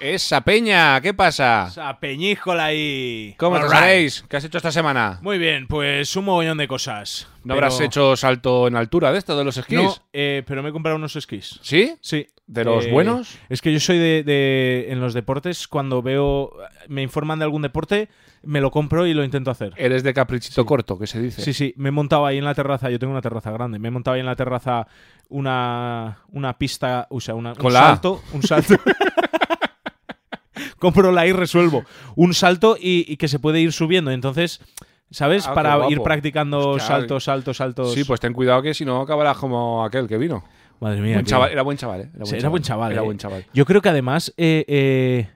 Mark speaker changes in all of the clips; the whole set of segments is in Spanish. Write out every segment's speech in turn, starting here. Speaker 1: Esa peña, ¿qué pasa?
Speaker 2: A Peñíscola ahí.
Speaker 1: ¿Cómo te
Speaker 2: Alright.
Speaker 1: sabéis? ¿Qué has hecho esta semana?
Speaker 2: Muy bien, pues un mogollón de cosas.
Speaker 1: ¿No
Speaker 2: Pero-
Speaker 1: habrás hecho salto en altura de esto, de los esquís?
Speaker 2: No, eh, pero me he comprado unos esquís.
Speaker 1: ¿Sí?
Speaker 2: Sí.
Speaker 1: ¿De los
Speaker 2: Eh,
Speaker 1: buenos?
Speaker 2: Es que yo soy de, de- En los deportes, cuando veo. Me informan de algún deporte, me lo compro y lo intento hacer.
Speaker 1: Eres de caprichito corto, que se dice.
Speaker 2: Sí, sí, me he montado ahí en la terraza. Yo tengo una terraza grande. Me he montado ahí en la terraza una, una pista, o sea, una-
Speaker 1: Con
Speaker 2: un
Speaker 1: la A.
Speaker 2: salto. Un salto. Compro la y resuelvo. Un salto y, y que se puede ir subiendo. Entonces, ¿sabes?
Speaker 1: Ah, qué
Speaker 2: Para ir
Speaker 1: guapo.
Speaker 2: practicando
Speaker 1: Hostia,
Speaker 2: saltos, saltos, saltos.
Speaker 1: Sí, pues ten cuidado que si no acabarás como aquel que vino.
Speaker 2: Madre mía.
Speaker 1: Buen
Speaker 2: tío.
Speaker 1: chaval- era buen chaval, ¿eh?
Speaker 2: Sí, era buen chaval,
Speaker 1: Era
Speaker 2: eh.
Speaker 1: buen chaval.
Speaker 2: Yo creo que además eh, eh,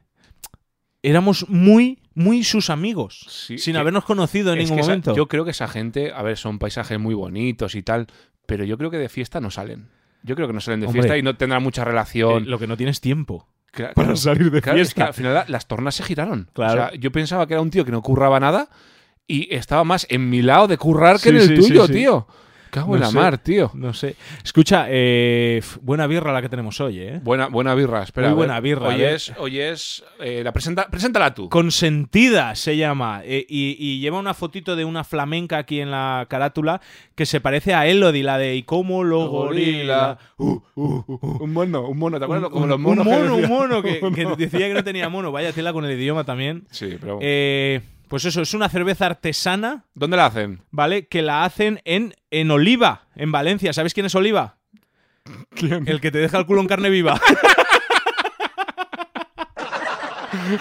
Speaker 2: éramos muy, muy sus amigos.
Speaker 1: Sí,
Speaker 2: sin
Speaker 1: que-
Speaker 2: habernos conocido en
Speaker 1: Es
Speaker 2: ningún
Speaker 1: que esa-
Speaker 2: momento.
Speaker 1: yo creo que esa gente, a ver, son paisajes muy bonitos y tal, pero yo creo que de fiesta no salen. Yo creo que no salen de
Speaker 2: Hombre.
Speaker 1: fiesta y no tendrán mucha
Speaker 2: Eh,
Speaker 1: relación.
Speaker 2: lo que no tienes tiempo
Speaker 1: Cla-
Speaker 2: para
Speaker 1: claro.
Speaker 2: salir de
Speaker 1: Claro, es que
Speaker 2: fiesta.
Speaker 1: al final la- las tornas se giraron.
Speaker 2: Claro.
Speaker 1: O sea, yo pensaba que era un tío que no curraba nada y estaba más en mi lado de currar
Speaker 2: Sí,
Speaker 1: que en el
Speaker 2: sí, sí,
Speaker 1: tuyo,
Speaker 2: sí.
Speaker 1: tío. Cago en
Speaker 2: No
Speaker 1: la
Speaker 2: sé.
Speaker 1: mar, tío.
Speaker 2: No sé. Escucha, eh, f- buena birra la que tenemos hoy, ¿eh?
Speaker 1: Buena, buena birra, espera.
Speaker 2: Muy
Speaker 1: a ver.
Speaker 2: buena birra,
Speaker 1: Hoy
Speaker 2: a ver.
Speaker 1: es, hoy es. eh, la presenta, preséntala tú.
Speaker 2: Consentida se llama. eh, y, y lleva una fotito de una flamenca aquí en la carátula que se parece a Elodie, la de Y cómo lo gorila.
Speaker 1: Un mono, un mono, ¿te acuerdas? Como
Speaker 2: un,
Speaker 1: los
Speaker 2: un
Speaker 1: monos. que
Speaker 2: mono, un
Speaker 1: decía-
Speaker 2: mono que, que decía que no tenía mono. Vaya tela con el idioma también.
Speaker 1: Sí, pero.
Speaker 2: Eh, pues eso, es una cerveza artesana,
Speaker 1: ¿Dónde la hacen?
Speaker 2: ¿vale? Que la hacen en, en Oliva, en Valencia. ¿Sabes quién es Oliva?
Speaker 1: ¿Quién?
Speaker 2: El que te deja el culo en carne viva.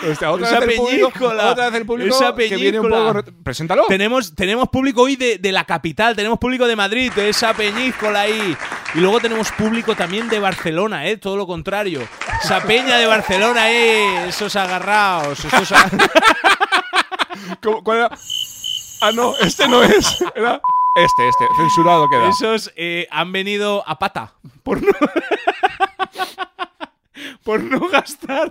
Speaker 1: O sea, otra,
Speaker 2: Esa
Speaker 1: vez el público,
Speaker 2: peñíscola.
Speaker 1: otra vez el público
Speaker 2: Esa
Speaker 1: que viene un
Speaker 2: peñíscola.
Speaker 1: poco... re- Preséntalo.
Speaker 2: tenemos, tenemos público hoy de, de la capital, tenemos público de Madrid, de esa peñíscola ahí. Y luego tenemos público también de Barcelona, ¿eh? Todo lo contrario. Esa peña de Barcelona, ¿eh? Esos agarraos, esos a-
Speaker 1: ¿Cómo- ¿Cuál era? Ah, no, este no es. Era este, este. Censurado queda.
Speaker 2: Esos eh, han venido a pata. Por no, por no gastar.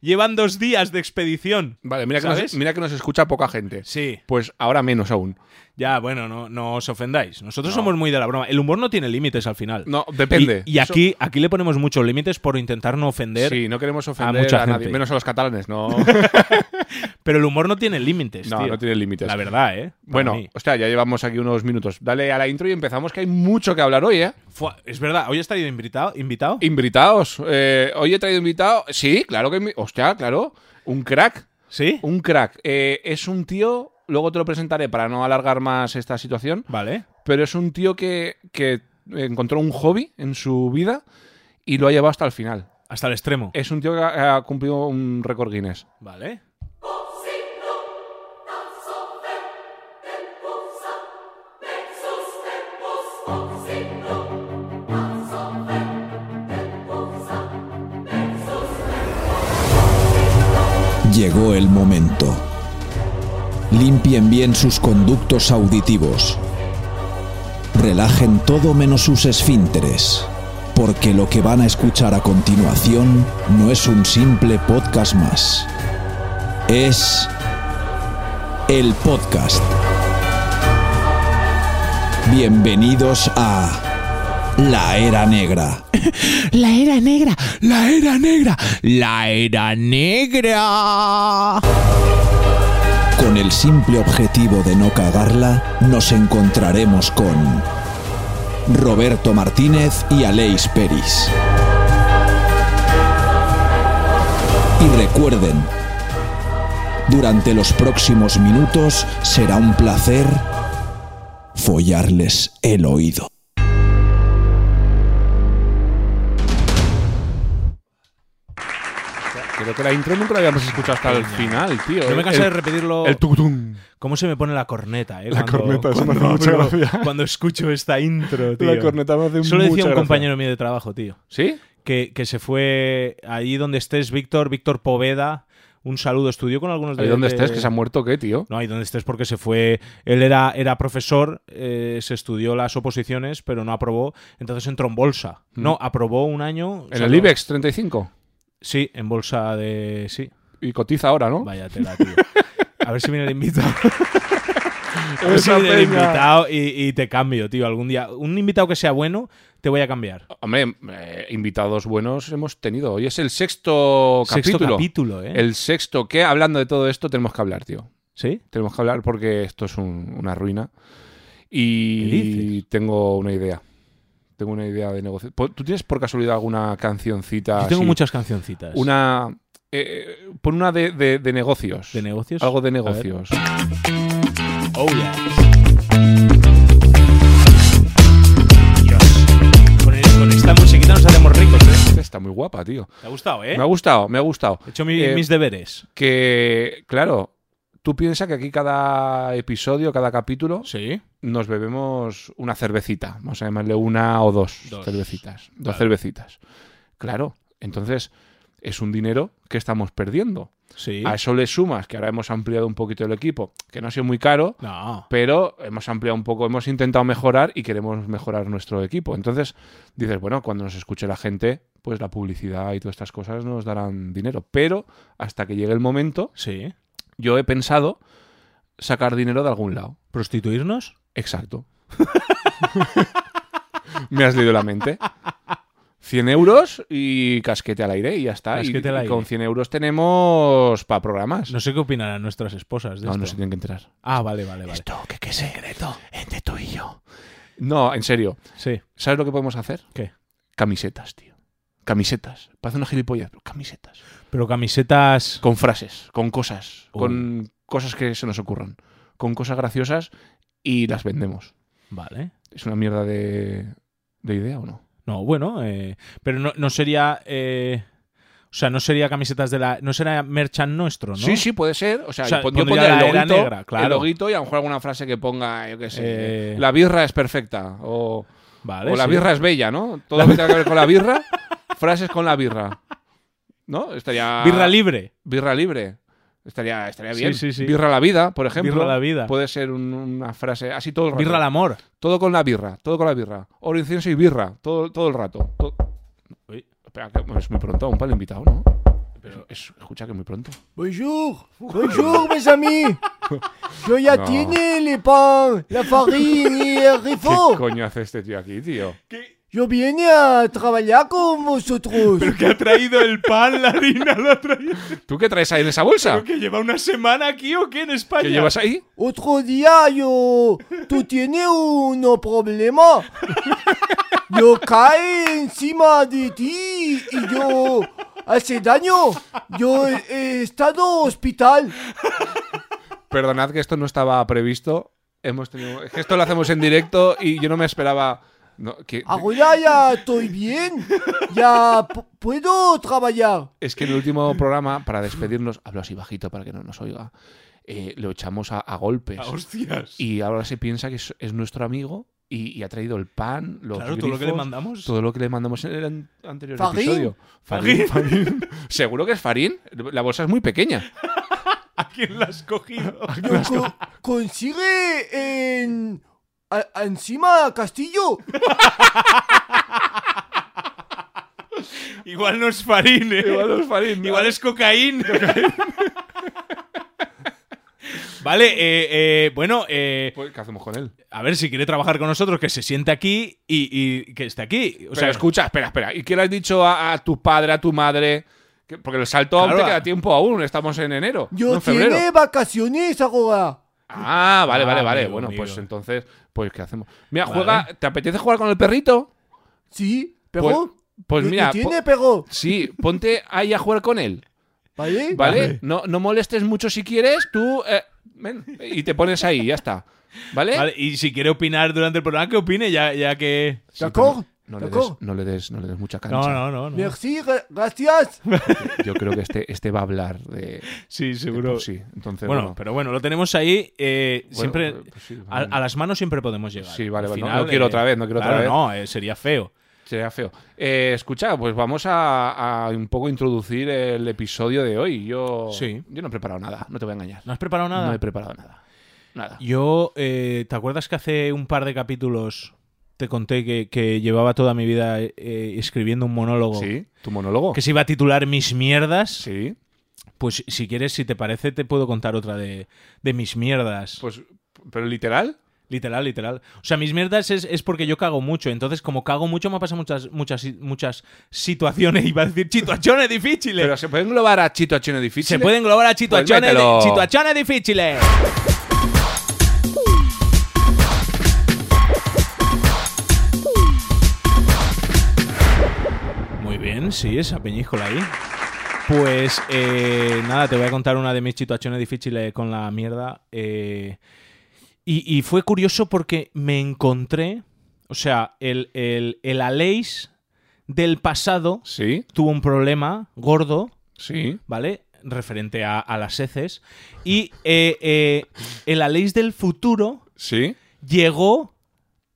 Speaker 2: Llevan dos días de expedición.
Speaker 1: Vale, mira que, nos,
Speaker 2: ¿Sabes?
Speaker 1: mira que nos escucha poca gente.
Speaker 2: Sí,
Speaker 1: Pues ahora menos aún.
Speaker 2: ya, bueno, no, no os ofendáis. Nosotros somos muy de la broma. El humor no tiene límites al final.
Speaker 1: No, depende.
Speaker 2: Y, y aquí, aquí le ponemos muchos límites por intentar no ofender.
Speaker 1: Sí, no queremos ofender a,
Speaker 2: mucha
Speaker 1: nadie.
Speaker 2: gente.
Speaker 1: Menos a los catalanes, no.
Speaker 2: Pero el humor no tiene límites,
Speaker 1: no,
Speaker 2: tío.
Speaker 1: no tiene límites.
Speaker 2: La verdad, ¿eh? Para
Speaker 1: Bueno,
Speaker 2: mí.
Speaker 1: hostia, ya llevamos aquí unos minutos. Dale a la intro y empezamos, que hay mucho que hablar hoy, ¿eh?
Speaker 2: Fua, es verdad, hoy has traído invitado. invitado?
Speaker 1: Invitados. Eh, hoy he traído invitado. Sí, claro que. mi- Hostia, claro. Un crack.
Speaker 2: ¿Sí?
Speaker 1: Un crack. Eh, es un tío. Luego te lo presentaré para no alargar más esta situación.
Speaker 2: Vale.
Speaker 1: Pero es un tío que, que encontró un hobby en su vida y lo ha llevado hasta el final.
Speaker 2: Hasta el extremo.
Speaker 1: Es un tío que ha, ha cumplido un récord Guinness.
Speaker 2: Vale.
Speaker 3: Llegó el momento. Limpien bien sus conductos auditivos. Relajen todo menos sus esfínteres, porque lo que van a escuchar a continuación no es un simple podcast más. Es el podcast. Bienvenidos a La Era Negra. La Era Negra, la Era Negra, la Era Negra. Con el simple objetivo de no cagarla, nos encontraremos con Roberto Martínez y Aleix Peris. Y recuerden, durante los próximos minutos será un placer follarles el oído.
Speaker 1: Creo que la intro nunca la habíamos escuchado hasta el final, tío.
Speaker 2: No me canso
Speaker 1: El-
Speaker 2: de repetirlo.
Speaker 1: El tucutum.
Speaker 2: ¿Cómo se me pone la corneta, eh? La
Speaker 1: corneta, eso me hace mucha gracia.
Speaker 2: cuando escucho esta intro, tío.
Speaker 1: me hace
Speaker 2: Eso lo
Speaker 1: mucha
Speaker 2: decía un
Speaker 1: gracia.
Speaker 2: compañero mío de trabajo, tío.
Speaker 1: ¿Sí?
Speaker 2: Que, que se fue allí donde estés, Víctor, Víctor Poveda. Un saludo. Estudió con algunos de
Speaker 1: ¿Y dónde
Speaker 2: de-
Speaker 1: estés? ¿Que se ha muerto qué, tío?
Speaker 2: No, ahí donde estés porque se fue. Él era, era profesor, eh, se estudió las oposiciones, pero no aprobó. Entonces entró en bolsa. No, aprobó un año.
Speaker 1: Mm. En
Speaker 2: solo-
Speaker 1: el IBEX 35.
Speaker 2: Sí, en bolsa de. Sí.
Speaker 1: Y cotiza ahora, ¿no?
Speaker 2: Vaya tela, tío. A ver si viene el invitado. Yo
Speaker 1: Esa
Speaker 2: soy del
Speaker 1: peña.
Speaker 2: invitado y, y te cambio, tío. Algún día, un invitado que sea bueno, te voy a cambiar.
Speaker 1: Hombre, eh, invitados buenos hemos tenido. Hoy es el sexto capítulo.
Speaker 2: Sexto capítulo, ¿eh?
Speaker 1: El sexto. Que hablando de todo esto tenemos que hablar, tío.
Speaker 2: ¿Sí?
Speaker 1: Tenemos que hablar porque esto es un- una ruina.
Speaker 2: ¿Qué
Speaker 1: Y tengo una idea. Tengo una idea de negocio. Po- ¿Tú tienes por casualidad alguna cancioncita?
Speaker 2: Yo tengo
Speaker 1: así?
Speaker 2: muchas cancioncitas.
Speaker 1: Ah, Una. eh, pon una de, de- de negocios.
Speaker 2: ¿De negocios?
Speaker 1: Algo de
Speaker 2: A ver.
Speaker 1: negocios.
Speaker 2: Oh, yeah. Con, el- con esta musiquita nos hacemos ricos, ¿eh?
Speaker 1: Esta Este Está muy guapa, tío.
Speaker 2: ¿Te ha gustado, eh?
Speaker 1: Me ha gustado, me ha gustado.
Speaker 2: He hecho mi-
Speaker 1: Eh,
Speaker 2: mis deberes.
Speaker 1: Que, claro, tú piensas que aquí cada episodio, cada capítulo,
Speaker 2: Sí.
Speaker 1: nos bebemos una cervecita. Vamos a llamarle una o dos,
Speaker 2: Dos.
Speaker 1: cervecitas. Dos
Speaker 2: Vale.
Speaker 1: cervecitas. Claro, entonces es un dinero que estamos perdiendo.
Speaker 2: Sí.
Speaker 1: A eso le sumas que ahora hemos ampliado un poquito el equipo, que no ha sido muy caro,
Speaker 2: No.
Speaker 1: pero hemos ampliado un poco, hemos intentado mejorar y queremos mejorar nuestro equipo. Entonces dices, bueno, cuando nos escuche la gente, pues la publicidad y todas estas cosas nos darán dinero. Pero hasta que llegue el momento,
Speaker 2: Sí.
Speaker 1: yo he pensado sacar dinero de algún lado.
Speaker 2: ¿Prostituirnos?
Speaker 1: Exacto. Me has leído la mente. 100 euros y casquete al aire y ya está. Y-
Speaker 2: Casquete al
Speaker 1: y
Speaker 2: aire.
Speaker 1: con 100 euros tenemos para programas.
Speaker 2: No sé qué opinarán nuestras esposas de
Speaker 1: No,
Speaker 2: esto.
Speaker 1: no se tienen que enterar.
Speaker 2: Ah, vale, vale, vale.
Speaker 1: que qué secreto entre tú y yo. No, en serio.
Speaker 2: Sí.
Speaker 1: ¿Sabes lo que podemos hacer?
Speaker 2: ¿Qué?
Speaker 1: Camisetas, tío. Camisetas. Parece una gilipollas, pero camisetas.
Speaker 2: Pero camisetas.
Speaker 1: Con frases, con cosas,
Speaker 2: Uy.
Speaker 1: con cosas que se nos ocurran, con cosas graciosas y las vendemos.
Speaker 2: Vale.
Speaker 1: ¿Es una mierda de, de idea o no?
Speaker 2: No, bueno, eh, pero no, no sería. eh, o sea, no sería camisetas de la. No sería merchan nuestro, ¿no?
Speaker 1: Sí, sí, puede ser. O sea,
Speaker 2: O sea,
Speaker 1: yo pon- yo
Speaker 2: pondría
Speaker 1: pondría
Speaker 2: la
Speaker 1: el
Speaker 2: era
Speaker 1: loguito,
Speaker 2: negra, claro.
Speaker 1: el loguito y a lo mejor alguna frase que ponga, yo qué sé,
Speaker 2: Eh.
Speaker 1: la birra es perfecta o,
Speaker 2: Vale.
Speaker 1: o la
Speaker 2: sí.
Speaker 1: birra es bella, ¿no? Todo lo que tenga que ver con la birra, frases con la birra. ¿No? Estaría
Speaker 2: Birra libre.
Speaker 1: Birra libre. Estaría, estaría
Speaker 2: Sí,
Speaker 1: bien.
Speaker 2: sí, sí.
Speaker 1: Birra a la vida, por ejemplo.
Speaker 2: Birra a la vida.
Speaker 1: Puede ser un- una frase así todo el rato.
Speaker 2: Birra al amor.
Speaker 1: Todo con la birra, todo con la birra. Oro, incienso y birra, todo, todo el rato. To-
Speaker 2: Uy.
Speaker 1: Espera, que es muy pronto, aún para el invitado, ¿no? Pero es- escucha que es muy pronto.
Speaker 4: Bonjour, bonjour mes amis. Yo ya
Speaker 1: No.
Speaker 4: tiene el pan, la farina y el
Speaker 2: ¡Oh!
Speaker 1: ¿Qué
Speaker 4: rifo.
Speaker 1: coño hace este tío aquí, tío?
Speaker 4: Yo vine a trabajar con vosotros.
Speaker 2: Que ha traído el pan, la harina, lo ha traído.
Speaker 1: ¿Tú qué traes ahí en esa bolsa?
Speaker 2: que lleva una semana aquí o qué en España.
Speaker 1: ¿Qué llevas ahí?
Speaker 4: Otro día yo... Tú tienes un problema. Yo cae encima de ti y yo... Hace daño. Yo he- he estado hospital.
Speaker 1: Perdonad que esto no estaba previsto. Hemos tenido... Es que esto lo hacemos en directo y yo no me esperaba... No, que-
Speaker 4: Ahora ya estoy bien. Ya p- puedo trabajar.
Speaker 1: Es que en el último programa, para despedirnos, hablo así bajito para que no nos oiga, eh, lo echamos a, a golpes.
Speaker 2: Hostias.
Speaker 1: Y ahora se piensa que es, es nuestro amigo y, y ha traído el pan, los
Speaker 2: Claro, todo lo que le
Speaker 1: grifos,
Speaker 2: mandamos.
Speaker 1: Todo lo que le mandamos en el an- anterior
Speaker 4: Farín.
Speaker 1: episodio. Farín, Farín. Seguro que es Farín. La bolsa es muy pequeña.
Speaker 2: ¿A quién la has cogido?
Speaker 4: Lo co- consigue en a- encima Castillo.
Speaker 2: Igual no es farín, ¿eh?
Speaker 1: Igual no es farín, ¿no?
Speaker 2: Igual es cocaín. vale, eh, eh, bueno, eh,
Speaker 1: Pues, ¿Qué hacemos con él?
Speaker 2: a ver si quiere trabajar con nosotros, que se siente aquí y, y que esté aquí. O
Speaker 1: O sea,
Speaker 2: sea,
Speaker 1: escucha, espera, espera. ¿Y qué le has dicho a, a tu padre, a tu madre? Que- Porque el salto aún
Speaker 2: Claro,
Speaker 1: te queda
Speaker 2: a-
Speaker 1: tiempo aún. Estamos en enero. no
Speaker 4: Yo
Speaker 1: en febrero.
Speaker 4: tiene vacaciones ahora.
Speaker 1: Ah, vale, vale,
Speaker 2: Ah,
Speaker 1: vale.
Speaker 2: amigo,
Speaker 1: bueno,
Speaker 2: amigo.
Speaker 1: pues entonces, pues ¿qué hacemos? Mira,
Speaker 2: Vale.
Speaker 1: juega. ¿Te apetece jugar con el perrito?
Speaker 4: Sí,
Speaker 1: Pues,
Speaker 4: pero.
Speaker 1: pues
Speaker 4: lo-
Speaker 1: mira,
Speaker 4: lo
Speaker 1: po-
Speaker 4: tiene pero.
Speaker 1: sí, ponte ahí a jugar con él.
Speaker 4: ¿Vale?
Speaker 1: ¿Vale? No, no molestes mucho si quieres, tú. eh, ven, y te pones ahí, ya está. ¿Vale?
Speaker 2: vale, y si quiere opinar durante el programa, que opine, ya, ya que.
Speaker 1: Sí,
Speaker 4: ¿De acuerdo?
Speaker 1: pero No
Speaker 4: ¿De
Speaker 1: le,
Speaker 4: acuerdo?
Speaker 1: des, no, le des, no le des mucha
Speaker 2: No,
Speaker 1: cancha.
Speaker 2: no, no. no.
Speaker 4: Merci, gra- gracias.
Speaker 1: Yo creo que este, este va a hablar de.
Speaker 2: Sí,
Speaker 1: de
Speaker 2: seguro.
Speaker 1: por sí. Entonces,
Speaker 2: Bueno,
Speaker 1: bueno,
Speaker 2: pero bueno, lo tenemos ahí. eh,
Speaker 1: Bueno,
Speaker 2: siempre
Speaker 1: eh, pues sí,
Speaker 2: a,
Speaker 1: vale.
Speaker 2: a las manos siempre podemos llegar.
Speaker 1: Sí, vale,
Speaker 2: Al eh,
Speaker 1: vale, no- no quiero otra vez, no quiero otra
Speaker 2: claro,
Speaker 1: vez.
Speaker 2: No, eh, sería feo.
Speaker 1: sería feo. Eh, escucha, pues vamos a, a un poco introducir el episodio de hoy. Yo,
Speaker 2: Sí.
Speaker 1: yo no he preparado nada, no te voy a engañar.
Speaker 2: ¿No has preparado nada?
Speaker 1: No he preparado nada. Nada.
Speaker 2: Yo, eh, ¿te acuerdas que hace un par de capítulos te conté que, que llevaba toda mi vida eh, escribiendo un monólogo
Speaker 1: ¿Sí? ¿Tu monólogo?
Speaker 2: que se iba a titular Mis mierdas?
Speaker 1: Sí.
Speaker 2: Pues si quieres, si te parece, te puedo contar otra de, de mis mierdas.
Speaker 1: Pues, ¿Pero literal?
Speaker 2: Literal, literal. O sea, mis mierdas es, es porque yo cago mucho. Entonces, como cago mucho, me pasan muchas, muchas, muchas situaciones. Iba a decir situaciones difíciles.
Speaker 1: ¿Pero se puede englobar a situaciones
Speaker 2: Se
Speaker 1: difíciles?
Speaker 2: puede englobar a situaciones,
Speaker 1: mételo.
Speaker 2: situaciones difíciles. Muy bien, sí, esa peñíscola ahí. Pues eh, nada, te voy a contar una de mis situaciones difíciles con la mierda. eh, y, y fue curioso porque me encontré, o sea, el, el, el Aleix del pasado
Speaker 1: Sí,
Speaker 2: tuvo un problema gordo
Speaker 1: sí.
Speaker 2: ¿vale? Referente a, a las heces. Y eh, eh, el Aleix del futuro
Speaker 1: ¿Sí?
Speaker 2: llegó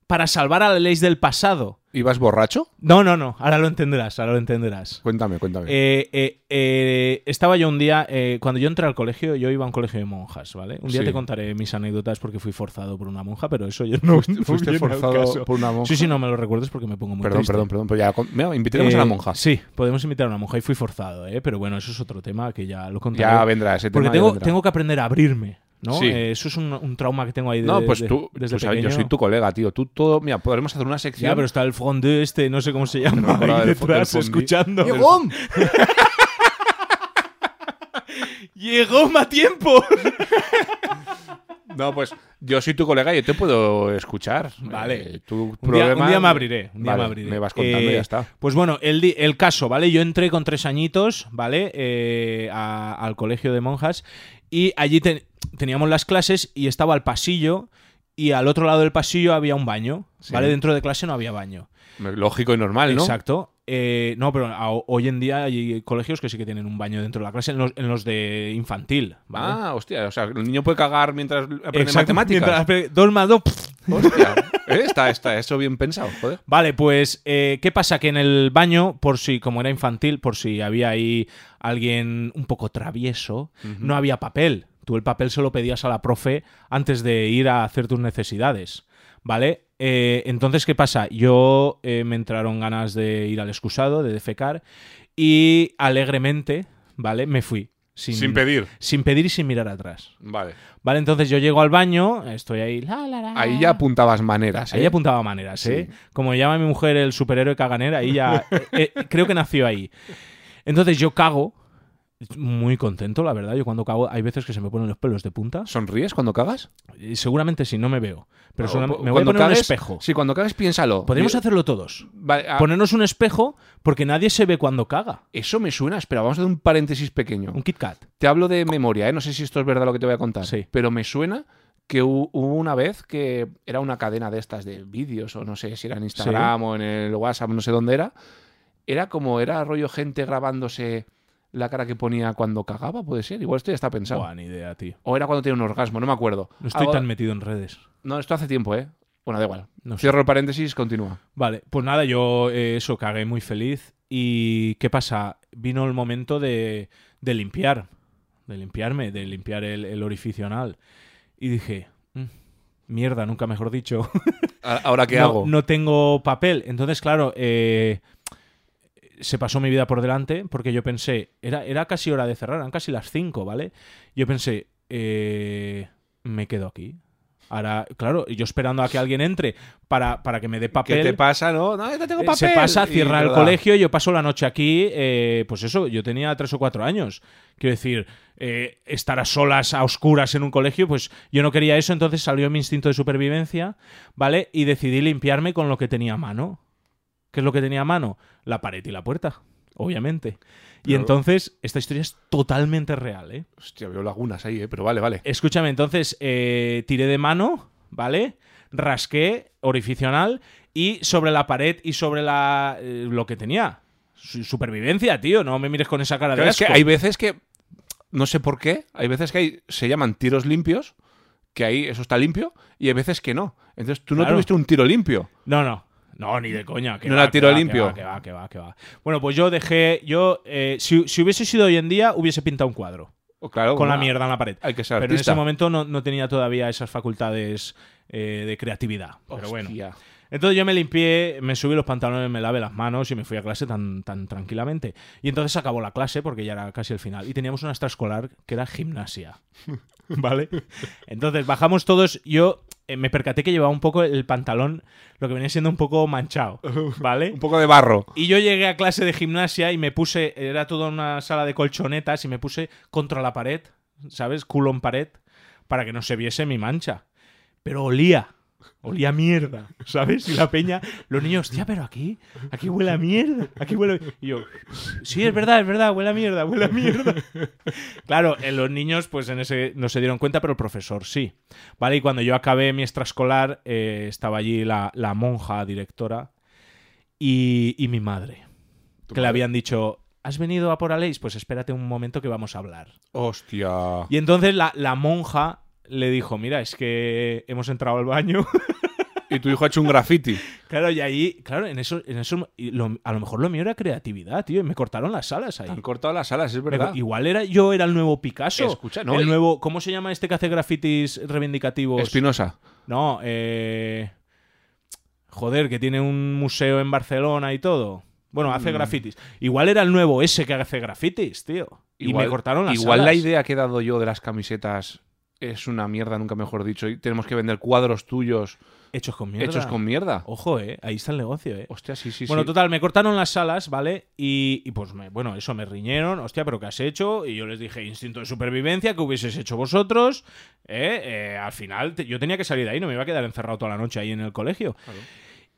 Speaker 2: para salvar al Aleix del pasado.
Speaker 1: ¿Ibas borracho?
Speaker 2: No, no, no, ahora lo entenderás, ahora lo entenderás.
Speaker 1: Cuéntame, cuéntame.
Speaker 2: Eh, eh, eh, estaba yo un día, eh, cuando yo entré al colegio, yo iba a un colegio de monjas, ¿vale? Un día
Speaker 1: Sí.
Speaker 2: te contaré mis anécdotas porque fui forzado por una monja, pero eso yo no... no
Speaker 1: ¿Fuiste
Speaker 2: viene al
Speaker 1: forzado
Speaker 2: caso.
Speaker 1: por una monja?
Speaker 2: Sí, sí, no me lo recuerdes porque me pongo muy
Speaker 1: perdón,
Speaker 2: triste.
Speaker 1: perdón, perdón, pero ya con- Mira, invitaremos a la
Speaker 2: Eh,
Speaker 1: monja.
Speaker 2: Sí, podemos invitar a una monja y fui forzado, ¿eh? Pero bueno, eso es otro tema que ya lo contaré.
Speaker 1: Ya vendrá ese
Speaker 2: Porque
Speaker 1: Este tema. ya
Speaker 2: tengo,
Speaker 1: vendrá.
Speaker 2: tengo que aprender a abrirme, ¿no?
Speaker 1: Sí.
Speaker 2: Eh, eso es un, un trauma que tengo ahí de-
Speaker 1: No, pues
Speaker 2: de-
Speaker 1: tú,
Speaker 2: desde
Speaker 1: tú sabes, yo
Speaker 2: pequeño.
Speaker 1: soy tu colega, tío. Tú todo. Mira, podremos hacer una sección.
Speaker 2: Ya, pero está el fondue este, no sé cómo se
Speaker 1: me
Speaker 2: llama,
Speaker 1: acordaba
Speaker 2: ahí
Speaker 1: del fo-
Speaker 2: detrás,
Speaker 1: del fondue.
Speaker 2: escuchando.
Speaker 4: Llegó.
Speaker 2: ¡Llegó más tiempo!
Speaker 1: No, pues yo soy tu colega y yo te puedo escuchar.
Speaker 2: Vale.
Speaker 1: Eh, tu
Speaker 2: Un día,
Speaker 1: problema-
Speaker 2: un día me abriré. un día
Speaker 1: Vale,
Speaker 2: me abriré.
Speaker 1: Me vas contando y
Speaker 2: Eh,
Speaker 1: ya está.
Speaker 2: Pues bueno, el, di- el caso, ¿vale? Yo entré con tres añitos, ¿vale? Eh, a- al colegio de monjas y allí te- teníamos las clases y estaba el pasillo y al otro lado del pasillo había un baño,
Speaker 1: Sí.
Speaker 2: ¿vale? Dentro de clase no había baño.
Speaker 1: Lógico y normal, ¿no?
Speaker 2: Exacto. Eh, no, pero a- hoy en día hay colegios que sí que tienen un baño dentro de la clase, en los, en los de infantil, ¿vale?
Speaker 1: Ah, hostia. O sea, el niño puede cagar mientras aprende
Speaker 2: Exacto,
Speaker 1: matemáticas.
Speaker 2: mientras apre- dos más dos, pff.
Speaker 1: Hostia. Eh, Está, está, eso bien pensado, joder.
Speaker 2: Vale, pues, eh, ¿qué pasa? Que en el baño, por si, como era infantil, por si había ahí alguien un poco travieso, no había papel. Tú el papel se lo pedías a la profe antes de ir a hacer tus necesidades, ¿vale? Eh, entonces, ¿qué pasa? Yo eh, me entraron ganas de ir al excusado, de defecar, y alegremente, ¿vale? Me fui. Sin,
Speaker 1: Sin pedir.
Speaker 2: Sin pedir y sin mirar atrás.
Speaker 1: Vale.
Speaker 2: Vale, entonces yo llego al baño, estoy ahí. la, la, la.
Speaker 1: Ahí ya apuntabas maneras. ¿eh?
Speaker 2: Ahí apuntaba maneras, ¿eh? Como llama mi mujer el superhéroe caganera, ahí ya. eh, eh, creo que nació ahí. Entonces yo cago, muy contento, la verdad. Yo cuando cago, hay veces que se me ponen los pelos de punta.
Speaker 1: ¿Sonríes cuando cagas?
Speaker 2: Y Seguramente si no me veo. Pero
Speaker 1: O-
Speaker 2: solam-
Speaker 1: o-
Speaker 2: me voy a
Speaker 1: cuando
Speaker 2: poner un
Speaker 1: cagues-
Speaker 2: espejo.
Speaker 1: Sí, cuando cagas, piénsalo.
Speaker 2: Podríamos
Speaker 1: Yo-
Speaker 2: hacerlo todos.
Speaker 1: Vale, ah,
Speaker 2: Ponernos un espejo porque nadie se ve cuando caga.
Speaker 1: Eso me suena. Espera, vamos a hacer un paréntesis pequeño.
Speaker 2: Un Kit Kat.
Speaker 1: Te hablo de memoria, ¿eh? no sé si esto es verdad lo que te voy a contar,
Speaker 2: Sí.
Speaker 1: pero me suena que hu- hubo una vez que era una cadena de estas de vídeos, o no sé si era en Instagram o en el WhatsApp, no sé dónde era. Era como, era rollo gente grabándose la cara que ponía cuando cagaba, puede ser. Igual esto ya está pensado.
Speaker 2: Buah, ni idea, tío.
Speaker 1: O era cuando tenía un orgasmo, no me acuerdo.
Speaker 2: No estoy
Speaker 1: Algo-
Speaker 2: tan metido en redes.
Speaker 1: No, esto hace tiempo, ¿eh? Bueno, da igual.
Speaker 2: No sé.
Speaker 1: Cierro el paréntesis, continúa.
Speaker 2: Vale, pues nada, yo eh, eso cagué muy feliz. ¿Y qué pasa? Vino el momento de, de limpiar, de limpiarme, de limpiar el, el orificio anal. Y dije, "Mm, mierda, nunca mejor dicho.
Speaker 1: A- ¿Ahora qué
Speaker 2: no,
Speaker 1: hago?
Speaker 2: no tengo papel. Entonces, claro, eh, se pasó mi vida por delante porque yo pensé, era, era casi hora de cerrar, eran casi las 5, ¿vale? Yo pensé, eh, me quedo aquí. Ahora, claro, yo esperando a que alguien entre para, para que me dé
Speaker 1: ¿Qué
Speaker 2: papel.
Speaker 1: te pasa? No, no, no tengo
Speaker 2: Eh,
Speaker 1: papel.
Speaker 2: Se pasa,
Speaker 1: Y
Speaker 2: cierra el
Speaker 1: nada.
Speaker 2: colegio, yo paso la noche aquí, eh, pues eso, yo tenía tres o cuatro años. Quiero decir, eh, estar a solas, a oscuras en un colegio, pues yo no quería eso, entonces salió mi instinto de supervivencia, ¿vale? Y decidí limpiarme con lo que tenía a mano. ¿Qué es lo que tenía a mano? La pared y la puerta, obviamente. Y
Speaker 1: Pero-
Speaker 2: entonces, esta historia es totalmente real, ¿eh?
Speaker 1: Hostia, veo lagunas ahí, ¿eh? pero vale, vale.
Speaker 2: Escúchame, entonces eh, tiré de mano, ¿vale? Rasqué orificional y sobre la pared y sobre la eh, lo que tenía. Su- supervivencia, tío. No me mires con esa cara de
Speaker 1: Claro, es
Speaker 2: asco.
Speaker 1: que hay veces que, no sé por qué, hay veces que hay, se llaman tiros limpios, que ahí eso está limpio, y hay veces que no. Entonces tú no
Speaker 2: Claro.
Speaker 1: tuviste un tiro limpio.
Speaker 2: No, no. No, ni de coña. que
Speaker 1: No
Speaker 2: va,
Speaker 1: era
Speaker 2: que
Speaker 1: tiro
Speaker 2: va, que
Speaker 1: limpio.
Speaker 2: va, Que va, que va, que va. Bueno, pues yo dejé. Yo, eh, si, si hubiese sido hoy en día, hubiese pintado un cuadro.
Speaker 1: O claro,
Speaker 2: Con la
Speaker 1: una-
Speaker 2: mierda en la pared.
Speaker 1: Hay que ser
Speaker 2: Pero en
Speaker 1: Ah. artista.
Speaker 2: ese momento no, no tenía todavía esas facultades eh, de creatividad. Pero bueno.
Speaker 1: Hostia.
Speaker 2: Entonces yo me limpié, me subí los pantalones, me lavé las manos y me fui a clase tan, tan tranquilamente. Y entonces acabó la clase porque ya era casi el final. Y teníamos una extraescolar que era gimnasia. ¿Vale? Entonces bajamos todos. Yo eh, me percaté que llevaba un poco el pantalón, lo que venía siendo un poco manchado. ¿Vale?
Speaker 1: Un poco de barro.
Speaker 2: Y yo llegué a clase de gimnasia y me puse, era toda una sala de colchonetas y me puse contra la pared, ¿sabes? Culo en pared, para que no se viese mi mancha. Pero olía, olía a mierda, ¿sabes? Y la peña, los niños, hostia, pero aquí, aquí huele a mierda, aquí huele... Y yo, sí, es verdad, es verdad, huele a mierda, huele a mierda. Claro, eh, los niños pues en ese no se dieron cuenta, pero el profesor sí. Vale, y cuando yo acabé mi extraescolar, eh, estaba allí la, la monja directora y, y mi madre, que le habían dicho, ¿has venido a por Aleix? Pues espérate un momento que vamos a hablar.
Speaker 1: Hostia.
Speaker 2: Y entonces la, la monja le dijo, mira, es que hemos entrado al baño.
Speaker 1: Y tu hijo ha hecho un graffiti.
Speaker 2: claro, y ahí, claro, en eso, en eso y lo- a lo mejor lo mío era creatividad, tío, y me cortaron las alas ahí.
Speaker 1: Han cortado las alas, es
Speaker 2: Me co-
Speaker 1: verdad.
Speaker 2: Igual era yo era el nuevo Picasso.
Speaker 1: Escucha, no,
Speaker 2: El
Speaker 1: y-
Speaker 2: nuevo, ¿cómo se llama este que hace grafitis reivindicativos?
Speaker 1: Espinosa.
Speaker 2: No, eh. Joder, que tiene un museo en Barcelona y todo. Bueno, hace
Speaker 1: Mm.
Speaker 2: grafitis. Igual era el nuevo ese que hace grafitis, tío. y me cortaron las
Speaker 1: Igual la
Speaker 2: alas.
Speaker 1: idea que he dado yo de las camisetas es una mierda, nunca mejor dicho. Y tenemos que vender cuadros tuyos
Speaker 2: Hechos con mierda.
Speaker 1: hechos con mierda.
Speaker 2: Ojo, eh. Ahí está el negocio, eh.
Speaker 1: Hostia, sí, sí,
Speaker 2: bueno,
Speaker 1: sí.
Speaker 2: total, me cortaron las alas, ¿vale? Y, y pues, me- bueno, eso me riñeron, hostia, pero ¿qué has hecho? Y yo les dije, instinto de supervivencia, ¿qué hubieses hecho vosotros? ¿Eh? Eh, al final te- yo tenía que salir de ahí, no me iba a quedar encerrado toda la noche ahí en el colegio.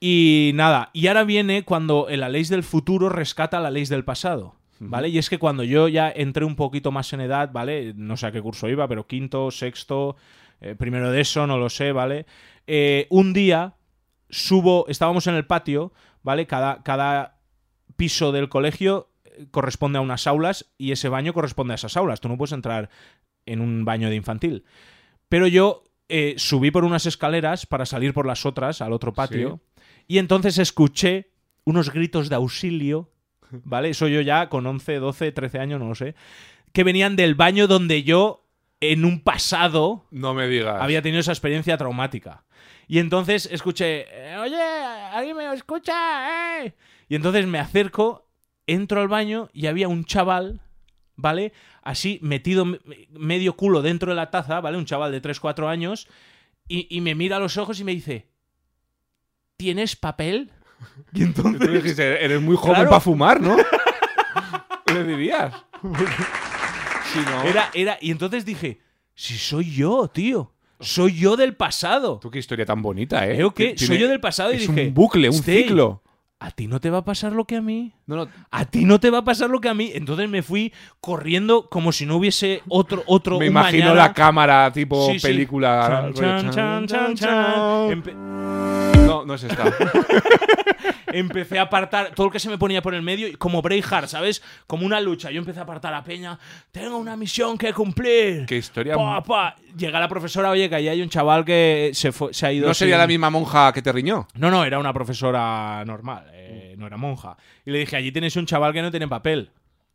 Speaker 2: Y nada, y ahora viene cuando la ley del futuro rescata la ley del pasado. ¿Vale? Y es que cuando yo ya entré un poquito más en edad, ¿vale? No sé a qué curso iba, pero quinto, sexto, eh, primero de eso, no lo sé, ¿vale? Eh, un día subo, estábamos en el patio, ¿vale? Cada, cada piso del colegio eh, corresponde a unas aulas y ese baño corresponde a esas aulas. Tú no puedes entrar en un baño de infantil. Pero yo eh, subí por unas escaleras para salir por las otras al otro patio y entonces escuché unos gritos de auxilio, ¿vale? Soy yo ya con 11, 12, 13 años, no lo sé, que venían del baño donde yo en un pasado
Speaker 1: No me digas.
Speaker 2: había tenido esa experiencia traumática. Y entonces escuché, "Eh, oye, alguien me escucha, eh". Y entonces me acerco, entro al baño y había un chaval, ¿vale? Así metido me- me- medio culo dentro de la taza, ¿vale? Un chaval de 3, 4 años, y, y me mira a los ojos y me dice, ¿tienes papel? Y
Speaker 1: Y tú
Speaker 2: entonces...
Speaker 1: dijiste, eres muy joven
Speaker 2: Claro.
Speaker 1: para fumar, ¿no? Le dirías. Si no.
Speaker 2: Era, era, y entonces dije, si soy yo, tío, soy yo del pasado.
Speaker 1: Tú qué historia tan bonita, ¿eh?
Speaker 2: Creo que
Speaker 1: Tiene-
Speaker 2: soy yo del pasado y
Speaker 1: es
Speaker 2: dije,
Speaker 1: un bucle, un
Speaker 2: "Stay".
Speaker 1: ciclo.
Speaker 2: ¿A ti no te va a pasar lo que a mí?
Speaker 1: No, no,
Speaker 2: a ti no te va a pasar lo que a mí. Entonces me fui corriendo como si no hubiese otro, otro.
Speaker 1: me
Speaker 2: un
Speaker 1: imagino
Speaker 2: mañana.
Speaker 1: la cámara tipo
Speaker 2: Sí, sí.
Speaker 1: película.
Speaker 2: Chan, chan, chan, chan, chan. Empe-
Speaker 1: Em, No, no es esta.
Speaker 2: empecé a apartar todo lo que se me ponía por el medio, y como Braveheart, ¿sabes? Como una lucha. Yo empecé a apartar a Peña. Tengo una misión que cumplir.
Speaker 1: Qué historia.
Speaker 2: Pa, pa. Llega la profesora, oye, que ahí hay un chaval que se, fue- se ha ido.
Speaker 1: No sería
Speaker 2: sin-
Speaker 1: la misma monja que te riñó.
Speaker 2: No, no, era una profesora normal, eh,
Speaker 1: Mm.
Speaker 2: no era monja. Y le dije, allí tenéis un chaval que no tiene papel.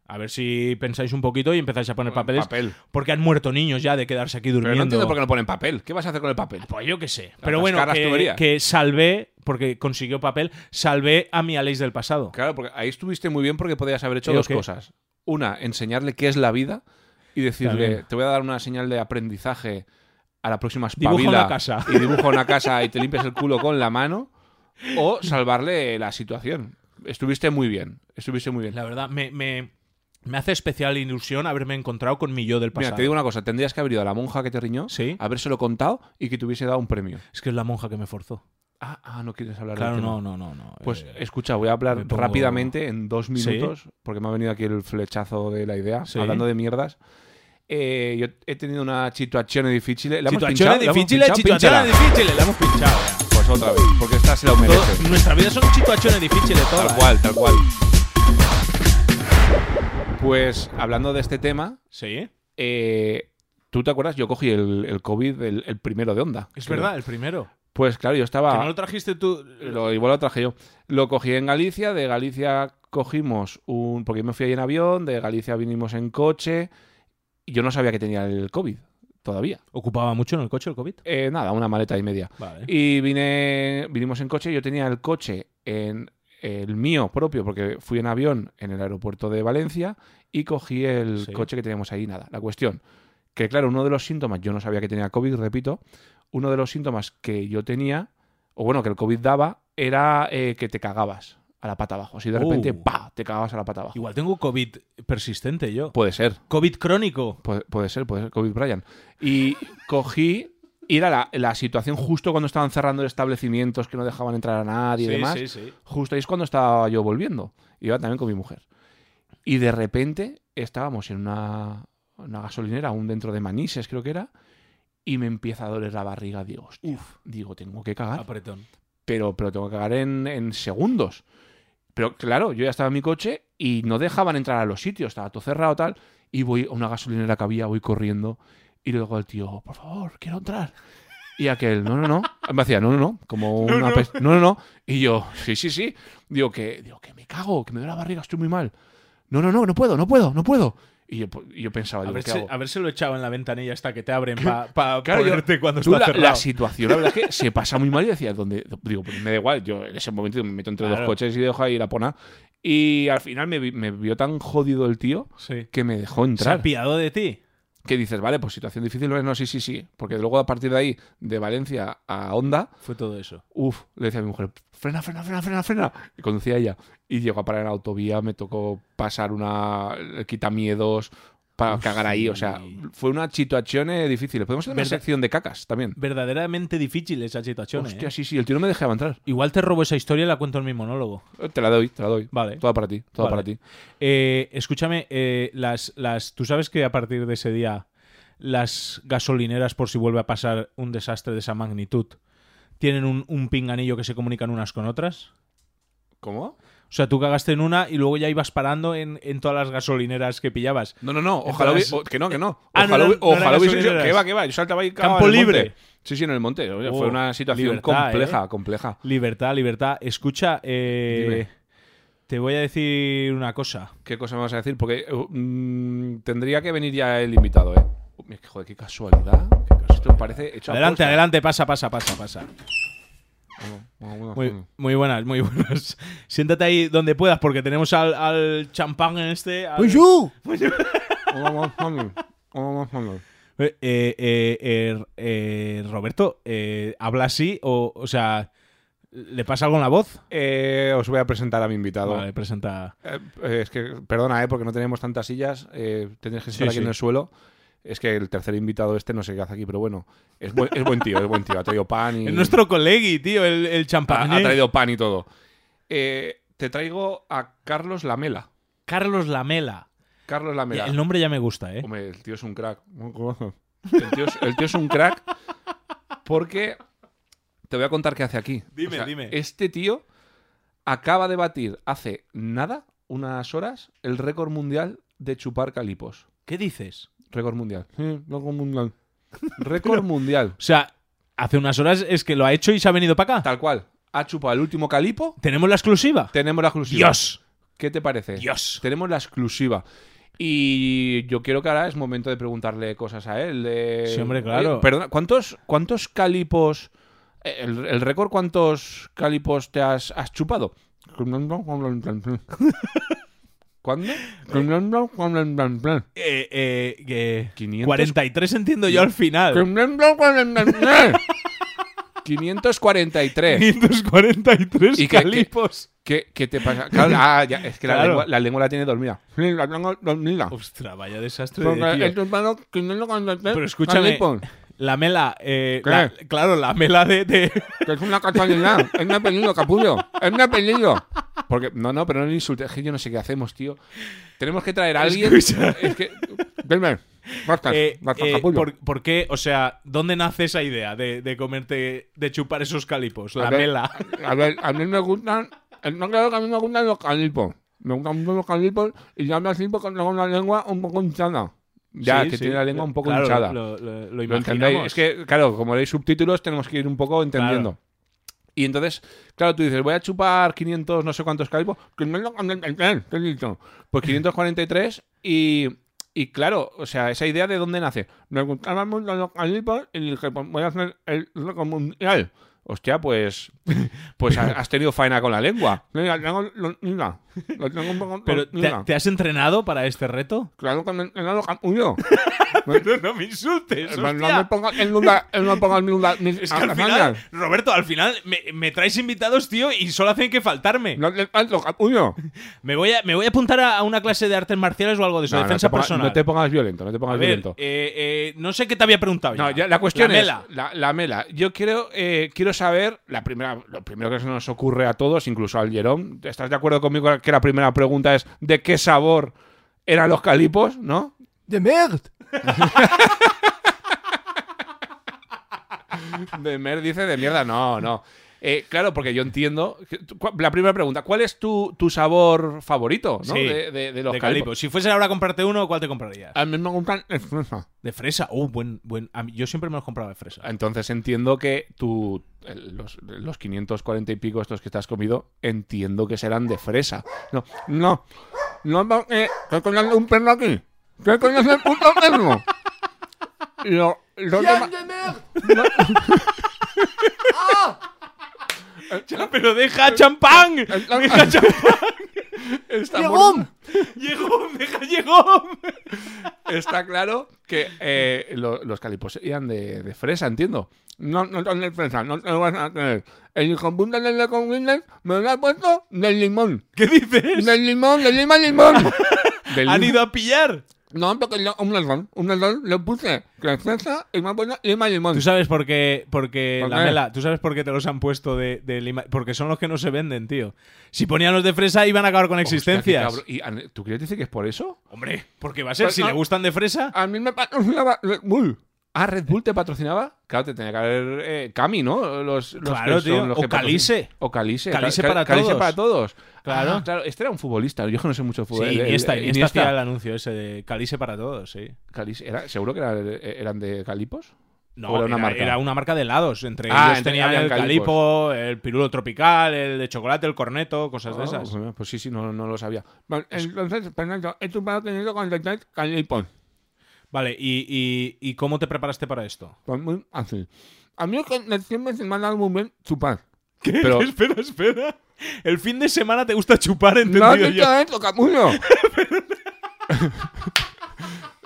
Speaker 2: A ver si pensáis un poquito y empezáis a poner papeles.
Speaker 1: papel.
Speaker 2: Porque han muerto niños ya de quedarse aquí durmiendo.
Speaker 1: Pero no entiendo por qué no ponen papel. ¿Qué vas a hacer con el papel?
Speaker 2: Pues yo qué sé. Pero bueno,
Speaker 1: cascar las
Speaker 2: que,
Speaker 1: tuberías.
Speaker 2: que salvé, porque consiguió papel, salvé a mi Aleix del pasado.
Speaker 1: Claro, porque ahí estuviste muy bien porque podías haber hecho
Speaker 2: ¿Yo
Speaker 1: dos
Speaker 2: qué?
Speaker 1: cosas. Una, enseñarle qué es la vida y decirle,
Speaker 2: También.
Speaker 1: te voy a dar una señal de aprendizaje a la próxima espabila.
Speaker 2: Dibuja una casa.
Speaker 1: Y dibuja una casa y te limpias el culo con la mano. O salvarle la situación. Estuviste muy bien. Estuviste muy bien.
Speaker 2: La verdad, me, me, me hace especial ilusión haberme encontrado con mi yo del pasado.
Speaker 1: Mira, te digo una cosa. Tendrías que haber ido a la monja que te riñó,
Speaker 2: Sí.
Speaker 1: habérselo contado y que te hubiese dado un premio.
Speaker 2: Es que es la monja que me forzó.
Speaker 1: Ah, ah, no quieres hablar
Speaker 2: Claro,
Speaker 1: del tema.
Speaker 2: no, no, no, no.
Speaker 1: Pues
Speaker 2: Eh,
Speaker 1: escucha, voy a
Speaker 2: me
Speaker 1: hablar
Speaker 2: pongo-
Speaker 1: rápidamente en dos
Speaker 2: ¿Sí?
Speaker 1: minutos, porque me ha venido aquí el flechazo de la idea,
Speaker 2: Sí.
Speaker 1: hablando de mierdas. Eh, yo he tenido una situación difícil. ¿eh? ¿La hemos
Speaker 2: situaciones
Speaker 1: pinchado? ¿La hemos
Speaker 2: difíciles,
Speaker 1: pinchado?
Speaker 2: situaciones
Speaker 1: Pínchela.
Speaker 2: difíciles, la hemos pinchado. eh.
Speaker 1: Pues otra vez, porque esta se la merece.
Speaker 2: Todo- nuestra vida son situaciones difíciles todas.
Speaker 1: Tal
Speaker 2: eh.
Speaker 1: cual, tal cual. Pues hablando de este tema,
Speaker 2: Sí.
Speaker 1: eh, ¿tú te acuerdas? Yo cogí el, el COVID el, el primero de onda.
Speaker 2: Es
Speaker 1: creo.
Speaker 2: verdad, el primero.
Speaker 1: Pues claro, yo estaba.
Speaker 2: Que no lo trajiste tú.
Speaker 1: Lo, igual lo traje yo. Lo cogí en Galicia, de Galicia cogimos un... Porque yo me fui ahí en avión, de Galicia vinimos en coche. y Yo no sabía que tenía el COVID. todavía.
Speaker 2: ¿Ocupaba mucho en el coche el COVID?
Speaker 1: Eh, nada, una maleta y media.
Speaker 2: Vale.
Speaker 1: Y vine, vinimos en coche. Yo tenía el coche en el mío propio, porque fui en avión en el aeropuerto de Valencia y cogí el
Speaker 2: Sí.
Speaker 1: coche que teníamos ahí. Nada, la cuestión, que claro, uno de los síntomas, yo no sabía que tenía COVID, repito, uno de los síntomas que yo tenía, o bueno, que el COVID daba, era eh, que te cagabas a la pata abajo. Así de
Speaker 2: Uh.
Speaker 1: repente, pa, te cagabas a la pata abajo.
Speaker 2: Igual tengo COVID persistente yo.
Speaker 1: Puede ser.
Speaker 2: COVID crónico.
Speaker 1: Puede, puede ser, puede ser COVID Brian. Y cogí. Y era la, la situación justo cuando estaban cerrando establecimientos que no dejaban entrar a nadie y demás.
Speaker 2: sí, sí.
Speaker 1: Justo ahí es cuando estaba yo volviendo. Iba también con mi mujer. Y de repente estábamos en una, una gasolinera, aún dentro de Manises, creo que era. Y me empieza a doler la barriga. Digo, hostia, digo, tengo que cagar
Speaker 2: Apretón.
Speaker 1: pero, pero tengo que cagar en, en segundos. Pero claro, yo ya estaba en mi coche y no dejaban entrar a los sitios, estaba todo cerrado tal. Y voy a una gasolinera que había, voy corriendo y le digo al tío, por favor, quiero entrar. Y aquel, no, no, no. Me hacía, no, no, no. Como una no. No, no, no. Y yo, sí, sí, sí. Digo que, digo, que me cago, que me duele la barriga, estoy muy mal. No, no, no, no puedo, no puedo, no puedo. Y yo, y yo pensaba,
Speaker 2: A
Speaker 1: digo,
Speaker 2: ver,
Speaker 1: ¿qué
Speaker 2: si,
Speaker 1: hago?
Speaker 2: a ver si lo echaba en la ventanilla hasta que te abren para
Speaker 1: Claro, yo-
Speaker 2: ponerte cuando
Speaker 1: tú,
Speaker 2: está
Speaker 1: la,
Speaker 2: cerrado.
Speaker 1: la situación, la verdad es que se pasa muy mal y decía, ¿dónde? Digo, pues me da igual, yo en ese momento me meto entre dos
Speaker 2: Claro.
Speaker 1: coches y dejo ahí la pona. Y al final me, vi- me vio tan jodido el tío
Speaker 2: sí.
Speaker 1: que me dejó
Speaker 2: ¿Se ha
Speaker 1: entrar.
Speaker 2: piado de ti?
Speaker 1: que dices, vale, pues situación difícil, ¿no? no, sí, sí, sí. Porque luego a partir de ahí, de Valencia a Onda,
Speaker 2: Fue todo eso.
Speaker 1: uff, le decía a mi mujer, frena, frena, frena, frena, frena. Y conducía ella. Y llegó a parar en la autovía, me tocó pasar una el quitamiedos para cagar ahí. O sea, fue una situación eh, difícil. Podemos hacer una
Speaker 2: Verdad-
Speaker 1: sección de cacas también.
Speaker 2: Verdaderamente difícil esa situación. ¿eh?
Speaker 1: Hostia, sí, sí, el tío no me dejaba entrar.
Speaker 2: Igual te robo esa historia y la cuento en mi monólogo.
Speaker 1: Eh, Te la doy, te la doy.
Speaker 2: Vale.
Speaker 1: Toda para ti, toda
Speaker 2: Vale.
Speaker 1: para ti.
Speaker 2: Eh, escúchame, eh, las, las, tú sabes que a partir de ese día las gasolineras, por si vuelve a pasar un desastre de esa magnitud, tienen un, un pinganillo que se comunican unas con otras.
Speaker 1: ¿Cómo?
Speaker 2: O sea, tú cagaste en una y luego ya ibas parando en, en todas las gasolineras que pillabas.
Speaker 1: No, no, no. Ojalá
Speaker 2: Entonces-
Speaker 1: hubi- o- Que no, que no.
Speaker 2: Ah, no
Speaker 1: Ojalá,
Speaker 2: eran-
Speaker 1: hubi-
Speaker 2: no eran
Speaker 1: ojalá hubiese
Speaker 2: gasolineras.
Speaker 1: Que va, que va. Yo saltaba ahí. cagaba
Speaker 2: Campo
Speaker 1: en el
Speaker 2: libre.
Speaker 1: monte. Sí, sí, en el monte. Oye, fue
Speaker 2: Oh,
Speaker 1: una situación
Speaker 2: libertad, ¿eh?
Speaker 1: compleja, compleja.
Speaker 2: Libertad, libertad. Escucha, eh,
Speaker 1: Dime.
Speaker 2: te voy a decir una cosa.
Speaker 1: ¿Qué cosa me vas a decir? Porque eh, mm, tendría que venir ya el invitado, ¿eh? Uy, Es que, joder, qué casualidad. Esto parece hecho a
Speaker 2: Adelante,
Speaker 1: posta.
Speaker 2: adelante, pasa, pasa, pasa, pasa. Muy, muy buenas, muy buenas. Siéntate ahí donde puedas porque tenemos al, al champán en este. al-
Speaker 1: Pues
Speaker 4: Bonjour.
Speaker 2: Eh, eh, eh, eh, eh, Roberto, eh, ¿habla así? O, o sea, ¿le pasa algo en la voz?
Speaker 1: Eh, os voy a presentar a mi invitado.
Speaker 2: Vale, presenta.
Speaker 1: Eh, eh, es que, perdona, ¿eh? porque no tenemos tantas sillas. Eh, tenéis que estar
Speaker 2: Sí,
Speaker 1: aquí
Speaker 2: sí.
Speaker 1: en el suelo. Es que el tercer invitado este no sé qué hace aquí, pero bueno, es buen, es buen tío, es buen tío. Ha traído pan y.
Speaker 2: Es nuestro colegui, tío, el, el
Speaker 1: ha,
Speaker 2: champán.
Speaker 1: ha
Speaker 2: ¿eh?
Speaker 1: traído pan y todo. Eh, te traigo a Carlos Lamela.
Speaker 2: Carlos Lamela.
Speaker 1: Carlos Lamela.
Speaker 2: El nombre ya me gusta, ¿eh?
Speaker 1: Hombre, el tío es un crack. El tío es, el tío es un crack porque te voy a contar qué hace aquí.
Speaker 2: Dime, dime.
Speaker 1: Este tío acaba de batir hace nada, unas horas, el récord mundial de chupar calipos.
Speaker 2: ¿Qué dices?
Speaker 1: Récord mundial. Sí, récord mundial. Récord mundial.
Speaker 2: O sea, hace unas horas es que lo ha hecho y se ha venido para acá.
Speaker 1: Tal cual. Ha chupado el último calipo.
Speaker 2: ¿Tenemos la exclusiva?
Speaker 1: Tenemos la exclusiva.
Speaker 2: Dios.
Speaker 1: ¿Qué te parece?
Speaker 2: Dios.
Speaker 1: Tenemos la exclusiva. Y yo quiero que ahora es momento de preguntarle cosas a él. de-
Speaker 2: Sí, hombre, claro.
Speaker 1: Oye, perdona, ¿cuántos, cuántos calipos. El, el récord, ¿cuántos calipos te has, has chupado? ¿Cuándo? 500.
Speaker 2: Eh, eh, que 43 entiendo yo al final.
Speaker 1: 543.
Speaker 2: 543
Speaker 1: ¿Y qué- qué-
Speaker 2: calipos.
Speaker 1: ¿Qué, qué te pasa? Claro, ah, ya, es que la,
Speaker 2: Claro.
Speaker 1: lengua, la lengua la tiene dormida. La lengua dormida.
Speaker 2: Ostras, vaya desastre. de
Speaker 1: Porque
Speaker 2: tío.
Speaker 1: el hermano que no lo conoce,
Speaker 2: Pero escúchame,
Speaker 1: Calipos,
Speaker 2: la mela, eh,
Speaker 1: ¿Qué?
Speaker 2: la- claro, la mela de, de-
Speaker 1: que es una casualidad. es un apellido, capullo. Es un apellido. Porque, no, no, pero no le insultes. Es que yo no sé qué hacemos, tío. Tenemos que traer a alguien.
Speaker 2: Escucha.
Speaker 1: Es que. Dime. Basta,
Speaker 2: eh,
Speaker 1: basta,
Speaker 2: eh,
Speaker 1: capullo.
Speaker 2: por, por qué? O sea, ¿dónde nace esa idea de, de comerte, de chupar esos calipos? La
Speaker 1: a ver,
Speaker 2: mela.
Speaker 1: A ver, a mí me gustan. eh, No creo que a mí me gustan los calipos. Me gustan mucho los calipos y ya me así porque tengo una lengua un poco hinchada. Ya,
Speaker 2: Sí,
Speaker 1: que
Speaker 2: sí.
Speaker 1: tiene la lengua un poco
Speaker 2: Claro,
Speaker 1: hinchada.
Speaker 2: Lo, lo,
Speaker 1: ¿Lo
Speaker 2: lo
Speaker 1: entendéis?
Speaker 2: imaginamos.
Speaker 1: Es que, claro, como leéis subtítulos, tenemos que ir un poco entendiendo. Y entonces, claro, tú dices, voy a chupar 500, no sé cuántos calipos. que no lo- ¿Qué he dicho? Pues 543 y, Y claro, o sea, esa idea de dónde nace. Nos encontrábamos los localipos y dije, pues voy a hacer el loco mundial. Hostia, pues, pues ha- has tenido faena con la lengua. Mira, tengo lo- mira, lo tengo un poco-
Speaker 2: Pero ¿te,
Speaker 1: mira.
Speaker 2: te has entrenado para este reto?
Speaker 1: Claro que me he enterado que huyo.
Speaker 2: Pero no me insultes.
Speaker 1: No
Speaker 2: hostia.
Speaker 1: me pongas en duda, no me pongas en duda mis
Speaker 2: Es que al final,
Speaker 1: hazañas.
Speaker 2: Roberto, al final me, me traes invitados, tío, y solo hacen que faltarme.
Speaker 1: No te tanto, capullo.
Speaker 2: Me, voy a, me voy a apuntar a, a una clase de artes marciales o algo de eso,
Speaker 1: No, no
Speaker 2: defensa
Speaker 1: te pongas-
Speaker 2: personal.
Speaker 1: No te pongas violento, no te
Speaker 2: A
Speaker 1: pongas
Speaker 2: ver,
Speaker 1: violento.
Speaker 2: eh, eh, no sé qué te había preguntado.
Speaker 1: No,
Speaker 2: ya.
Speaker 1: ya la cuestión
Speaker 2: La
Speaker 1: es
Speaker 2: mela.
Speaker 1: La, la mela. Yo quiero, eh, quiero saber, la primera, lo primero que se nos ocurre a todos, incluso al Jerón, ¿estás de acuerdo conmigo que la primera pregunta es de qué sabor eran los calipos, no?
Speaker 4: De merde.
Speaker 1: De Mer dice de mierda, no, no. Eh, claro, porque yo entiendo. que- tú- cua- la primera pregunta, ¿cuál es tu, tu sabor favorito ¿no?
Speaker 2: Sí,
Speaker 1: de, de- de los
Speaker 2: de
Speaker 1: calipos? Ah.
Speaker 2: calipo. Si fuese ahora a comprarte uno, ¿cuál te comprarías?
Speaker 1: A mí me gustan es fresa.
Speaker 2: De fresa. Uh, buen, buen. a mí- yo siempre me los compraba de fresa.
Speaker 1: Entonces entiendo que tú, el- los, los 540 y pico estos que te has comido, entiendo que serán de fresa. No, no, no, no, eh, ¿qué coño hace un perro aquí? ¿Qué coño hace el puto perro? Lo- los
Speaker 4: Tiens
Speaker 1: demás-
Speaker 4: de merde.
Speaker 2: Ya, pero deja champán. Deja champán.
Speaker 1: Está mor-
Speaker 4: Jérôme.
Speaker 2: Llegó, deja llegó.
Speaker 1: Está claro que eh, lo- los calipos serían de, de fresa, entiendo. No, no son de fresa, no te lo vas a creer. El hijo puta de la Winners me lo ha puesto del limón.
Speaker 2: ¿Qué dices?
Speaker 1: Del limón, del limón, limón. Del
Speaker 2: Han
Speaker 1: limón.
Speaker 2: ido a pillar.
Speaker 1: No, porque yo un melón, un melón le puse francesa y me puse lima y limón.
Speaker 2: ¿Tú sabes por qué, por qué,
Speaker 1: ¿Por
Speaker 2: la
Speaker 1: qué?
Speaker 2: mela? ¿Tú sabes por qué te los han puesto de, de lima? Porque son los que no se venden, tío. Si ponían los de fresa, iban a acabar con existencias.
Speaker 1: Hostia, qué cabrón. ¿Y, ¿Tú quieres decir que es por eso?
Speaker 2: Hombre, porque va a ser,
Speaker 1: Pero
Speaker 2: si
Speaker 1: no- Ah,
Speaker 2: le gustan de fresa,
Speaker 1: A mí me patrocinaba Red Bull. ¿Ah, Red Bull te patrocinaba? Claro, te tenía que haber eh, Cami, ¿no? Los, los
Speaker 2: Claro,
Speaker 1: que son
Speaker 2: tío.
Speaker 1: los
Speaker 2: O
Speaker 1: que patrocinan.
Speaker 2: Calice.
Speaker 1: O Calice.
Speaker 2: Calice
Speaker 1: Ca-
Speaker 2: para
Speaker 1: Calice
Speaker 2: todos.
Speaker 1: para todos.
Speaker 2: Claro.
Speaker 1: Ah, claro. Este era un futbolista. Yo es que no sé mucho de
Speaker 2: sí,
Speaker 1: fútbol. El- el-
Speaker 2: Iniesta,
Speaker 1: el-
Speaker 2: Iniesta hacía el anuncio ese de Calice para todos, sí.
Speaker 1: Calice. ¿Era- ¿Seguro que era- eran de calipos?
Speaker 2: No,
Speaker 1: ¿O
Speaker 2: era, era una marca. de helados. Entre
Speaker 1: Ah,
Speaker 2: ellos
Speaker 1: entre-
Speaker 2: tenían
Speaker 1: habían
Speaker 2: el
Speaker 1: calipos.
Speaker 2: calipo, Oh. el pirulo tropical, el de chocolate, el corneto, cosas de
Speaker 1: Ah,
Speaker 2: esas.
Speaker 1: Pues, pues sí, sí, no, no lo sabía. Vale, Entonces, Fernando, he chupado que yo con el calipos.
Speaker 2: Vale, y, y- ¿y cómo te preparaste para esto?
Speaker 1: Pues muy fácil. A mí es que me- siempre se me ha dado muy bien chupar. Pero-
Speaker 2: espera, espera. El fin de semana te gusta chupar, entendido
Speaker 1: ¡No has
Speaker 2: yo.
Speaker 1: dicho eso, capullo!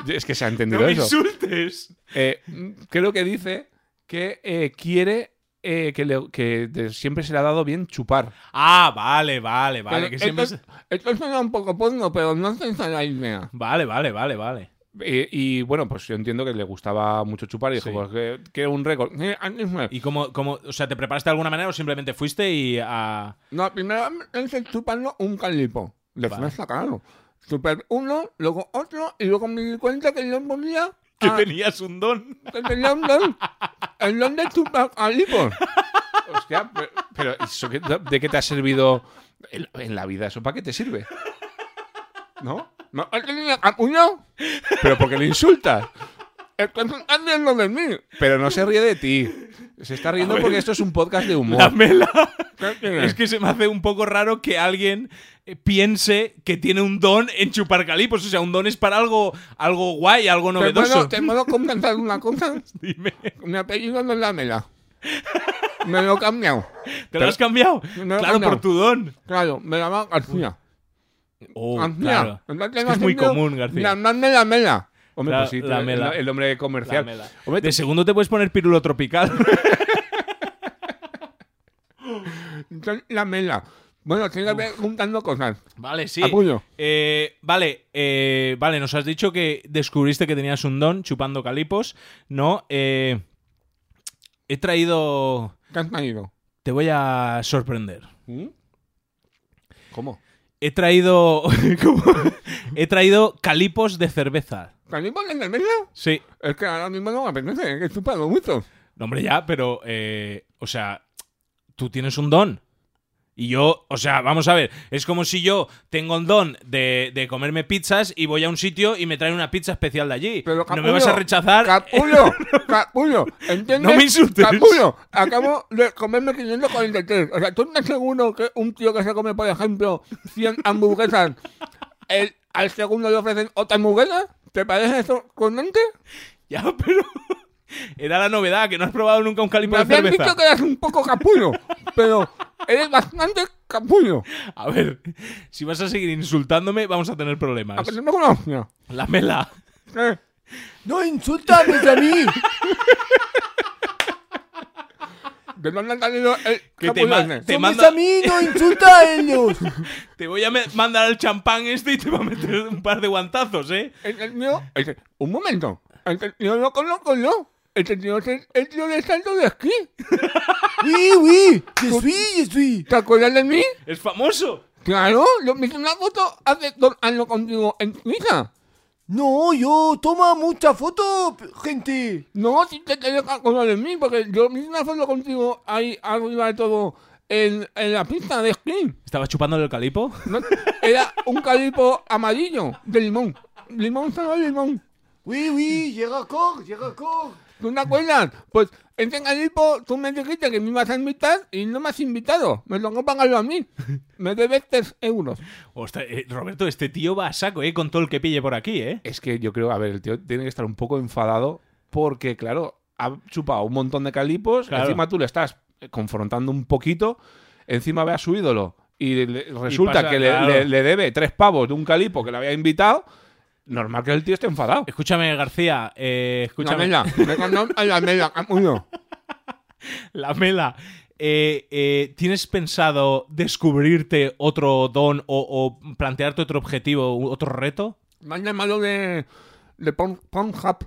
Speaker 1: es que se ha entendido
Speaker 2: No me
Speaker 1: eso.
Speaker 2: insultes.
Speaker 1: Eh, mm, creo que dice que eh, quiere eh, que, le- que de- siempre se le ha dado bien chupar.
Speaker 2: Ah, vale, vale, vale.
Speaker 1: Pero
Speaker 2: que siempre
Speaker 1: esto,
Speaker 2: se-
Speaker 1: esto suena un poco porno, pero no es esa la idea.
Speaker 2: Vale, vale, vale, vale.
Speaker 1: Eh, y bueno, pues yo entiendo que le gustaba mucho chupar y dijo,
Speaker 2: Sí.
Speaker 1: pues que, que un récord. Eh, antes me-
Speaker 2: ¿Y cómo, cómo, o sea, te preparaste de alguna manera o simplemente fuiste y a...
Speaker 1: No, primero es el chupando un calipo. De
Speaker 2: Vale.
Speaker 1: fresa, claro. Chupé uno, luego otro, y luego me di cuenta que yo podía.
Speaker 2: que
Speaker 1: ah,
Speaker 2: tenías un don?
Speaker 1: que tenía un don. El don de chupar calipos. Hostia, pe- pero, ¿eso qué- ¿de qué te ha servido en, en la vida? ¿Eso para qué te sirve? ¿No? ¿No eh, has tenido capullo? ¿Pero porque le insultas? Es que se está riendo de mí. Pero no se ríe de ti. Se está riendo porque esto es un podcast de humor.
Speaker 2: La mela.
Speaker 1: ¿Qué tienes?
Speaker 2: Es que se me hace un poco raro que alguien eh, piense que tiene un don en chupar calipos. O sea, un don es para algo, algo guay, algo
Speaker 1: ¿Te puedo,
Speaker 2: novedoso.
Speaker 1: ¿Te puedo comentar una cosa?
Speaker 2: Dime,
Speaker 1: Mi apellido no es Lamela. Me lo he cambiado.
Speaker 2: ¿te lo has cambiado?
Speaker 1: No, no,
Speaker 2: claro,
Speaker 1: no.
Speaker 2: por tu don.
Speaker 1: Claro, me llamo García.
Speaker 2: Oh,
Speaker 1: García.
Speaker 2: claro.
Speaker 1: Entonces
Speaker 2: Es que
Speaker 1: Ah, me
Speaker 2: es muy
Speaker 1: siento
Speaker 2: común, García.
Speaker 1: Llamarme Lamela. Hombre,
Speaker 2: La-
Speaker 1: pues sí, tío,
Speaker 2: Lamela.
Speaker 1: el, el nombre comercial.
Speaker 2: Lamela.
Speaker 1: Hombre,
Speaker 2: De segundo te puedes poner pirulo tropical.
Speaker 1: soy Lamela. Bueno, sigue preguntando cosas.
Speaker 2: Vale, sí.
Speaker 1: Apoyo.
Speaker 2: Eh, vale, eh, vale, nos has dicho que descubriste que tenías un don chupando calipos, ¿no? Eh, he traído...
Speaker 1: ¿Qué has traído?
Speaker 2: Te voy a sorprender.
Speaker 1: ¿Mm? ¿Cómo?
Speaker 2: He traído... ¿Cómo? he traído calipos de cerveza.
Speaker 1: ¿También ponen el medio?
Speaker 2: Sí.
Speaker 1: Es que ahora mismo no me apetece, que he chupado mucho.
Speaker 2: No, hombre, ya, pero... eh, o sea, tú tienes un don. Y yo, o sea, vamos a ver, es como si yo tengo el don de, de comerme pizzas y voy a un sitio y me traen una pizza especial de allí.
Speaker 1: Pero,
Speaker 2: no me vas a
Speaker 1: capullo,
Speaker 2: rechazar.
Speaker 1: Capullo, capullo, ¿entiendes?
Speaker 2: No me insultes.
Speaker 1: Capullo, acabo de comerme 543. O sea, ¿tú estás seguro que un tío que se come, por ejemplo, 100 hamburguesas, el- al segundo le ofrecen otra hamburguesa? ¿Te parece esto condente?
Speaker 2: Ya, pero. Era la novedad, que no has probado nunca un
Speaker 1: Me
Speaker 2: calippo de
Speaker 1: habían
Speaker 2: cerveza.
Speaker 1: dicho que eras un poco capullo, pero eres bastante capullo.
Speaker 2: A ver, si vas a seguir insultándome, vamos a tener problemas.
Speaker 1: A que no conozco.
Speaker 2: La mela.
Speaker 1: Eh,
Speaker 4: No insultames a mí.
Speaker 1: que no han entendido el
Speaker 2: Que te ma-
Speaker 1: capullo.
Speaker 2: te-
Speaker 4: Somos
Speaker 2: manda-
Speaker 4: a mí, no insulta a ellos.
Speaker 2: Te voy a me- mandar el champán este y te va a meter un par de guantazos, ¿eh?
Speaker 1: El el mío, el que- un momento, el que yo no conozco yo. Este tío es el- el tío del salto de esquí.
Speaker 4: Oui, oui, je suis, je suis.
Speaker 1: ¿Te acuerdas de mí?
Speaker 2: ¡Es famoso!
Speaker 1: Claro, yo me hice una foto hace dos años contigo en Suiza.
Speaker 4: No, yo toma mucha foto, p- gente.
Speaker 1: No, si te tenés que acordar de mí, porque yo me hice una foto contigo ahí arriba de todo en, en la pista de esquí.
Speaker 2: ¿Estaba chupando el calipo?
Speaker 1: No- era un calipo amarillo de limón. Limón, solo limón.
Speaker 4: Oui, oui, je raccorde, je raccorde.
Speaker 1: ¿Tú te acuerdas? Pues este calipo tú me dijiste que me ibas a invitar y no me has invitado. Me tocó pagarlo a mí. Me debes 3 euros.
Speaker 2: Ostras, eh, Roberto, este tío va a saco, ¿eh? Con todo el que pille por aquí, ¿eh?
Speaker 1: Es que yo creo, a ver, el tío tiene que estar un poco enfadado porque, claro, ha chupado un montón de calipos.
Speaker 2: Claro.
Speaker 1: Encima tú le estás confrontando un poquito. Encima ve a su ídolo y le- resulta
Speaker 2: pasa,
Speaker 1: que le,
Speaker 2: claro.
Speaker 1: le- le debe tres pavos de un calipo que le había invitado. Normal que el tío esté enfadado.
Speaker 2: Escúchame, García, eh, escúchame.
Speaker 1: La mela, me condón a la ah, mela, capullo.
Speaker 2: La mela. Eh, eh, ¿Tienes pensado descubrirte otro don o, o plantearte otro objetivo, u- otro reto?
Speaker 1: Me han llamado de, de Porn- Pornhub.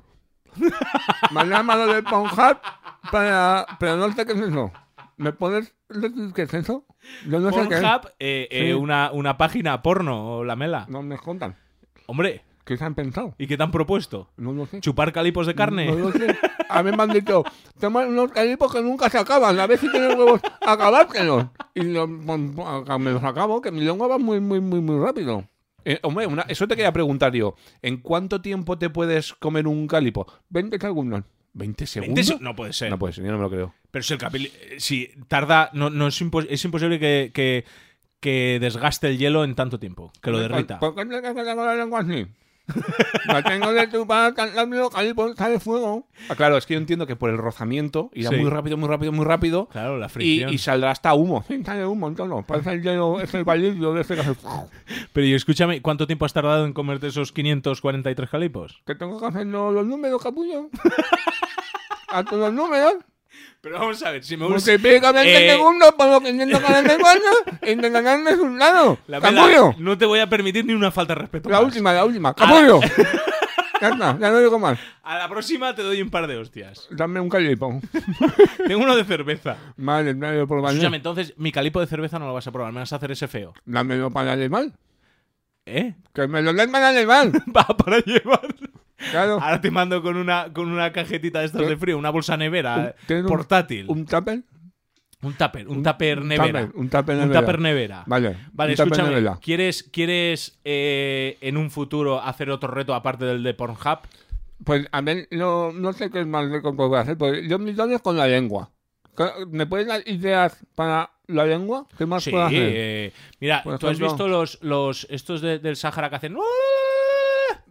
Speaker 1: Me han llamado de Pornhub para, pero no sé qué es eso. ¿Me puedes decir qué es eso? Yo no sé qué es.
Speaker 2: Pornhub, eh, eh,
Speaker 1: Sí.
Speaker 2: una, una página porno, la mela.
Speaker 1: No me contan.
Speaker 2: Hombre,
Speaker 1: ¿Qué se han pensado?
Speaker 2: ¿y qué te han propuesto?
Speaker 1: No lo sé.
Speaker 2: ¿Chupar calipos de carne?
Speaker 1: No lo sé. A mí me han dicho, toma unos calipos que nunca se acaban. A ver si tienes huevos, acabártelos. Y lo- pon- pon- me los acabo, que mi lengua va muy, muy, muy, muy rápido. Eh, hombre, una- eso te quería preguntar yo. ¿En cuánto tiempo te puedes comer un calipo? 20 segundos. ¿20
Speaker 2: Veinte
Speaker 1: segundos?
Speaker 2: se- No puede ser.
Speaker 1: No puede ser, yo no me lo creo.
Speaker 2: Pero si el capil... eh, Si tarda... No, no es, impos- es imposible que, que- que desgaste el hielo en tanto tiempo. Que lo derrita.
Speaker 1: Pues, ¿Por, por qué te quedas con la lengua así? La tengo de tu padre tan rápido, calipo, sale fuego. Ah, claro, es que yo entiendo que por el rozamiento irá
Speaker 2: Sí.
Speaker 1: muy rápido, muy rápido, muy rápido.
Speaker 2: Claro, la
Speaker 1: Y,
Speaker 2: fricción.
Speaker 1: y saldrá hasta humo. Sí, sale humo, entonces. Parece el hielo, es el palillo de ese que hace-
Speaker 2: Pero y escúchame, ¿cuánto tiempo has tardado en comerte esos 543 calipos?
Speaker 1: Que tengo que hacer los, los números, capullo. A todos los números.
Speaker 2: Pero vamos a ver, si me
Speaker 1: Multiplica 20
Speaker 2: eh,
Speaker 1: segundos por los 544 y intentarme un lado.
Speaker 2: La verdad,
Speaker 1: Capullo.
Speaker 2: no te voy a permitir ni una falta de respeto.
Speaker 1: La
Speaker 2: más. Ah.
Speaker 1: última, la última. Capullo. ya está, ya no digo más.
Speaker 2: A la próxima te doy un par de hostias.
Speaker 1: Dame un calipo.
Speaker 2: Tengo uno de cerveza.
Speaker 1: Madre, dámelo por
Speaker 2: Escúchame,
Speaker 1: baño.
Speaker 2: entonces, mi calipo de cerveza no lo vas a probar, me vas a hacer ese feo.
Speaker 1: Dámelo para el animal.
Speaker 2: ¿Eh?
Speaker 1: Que me lo den para el animal.
Speaker 2: Va para llevar.
Speaker 1: Claro.
Speaker 2: Ahora te mando con una, con una cajetita de estas de frío, una bolsa nevera
Speaker 1: Un- tiene un-
Speaker 2: portátil. Un,
Speaker 1: Un tupper.
Speaker 2: tupper, un tupper nevera.
Speaker 1: tupper, Un tupper
Speaker 2: Un
Speaker 1: nevera.
Speaker 2: tupper nevera.
Speaker 1: Vale.
Speaker 2: Vale,
Speaker 1: un tupper
Speaker 2: escúchame.
Speaker 1: nevera.
Speaker 2: ¿Quieres, quieres eh, en un futuro hacer otro reto aparte del de Pornhub?
Speaker 1: Pues a ver, no, no sé qué es más rico que voy a hacer, porque yo mis dones con la lengua. ¿Qué- ¿Me puedes dar ideas para la lengua? ¿Qué más
Speaker 2: Sí.
Speaker 1: puedo hacer?
Speaker 2: eh, mira,
Speaker 1: Por
Speaker 2: ¿tú has
Speaker 1: ejemplo-
Speaker 2: visto los, los estos de- del Sahara que hacen?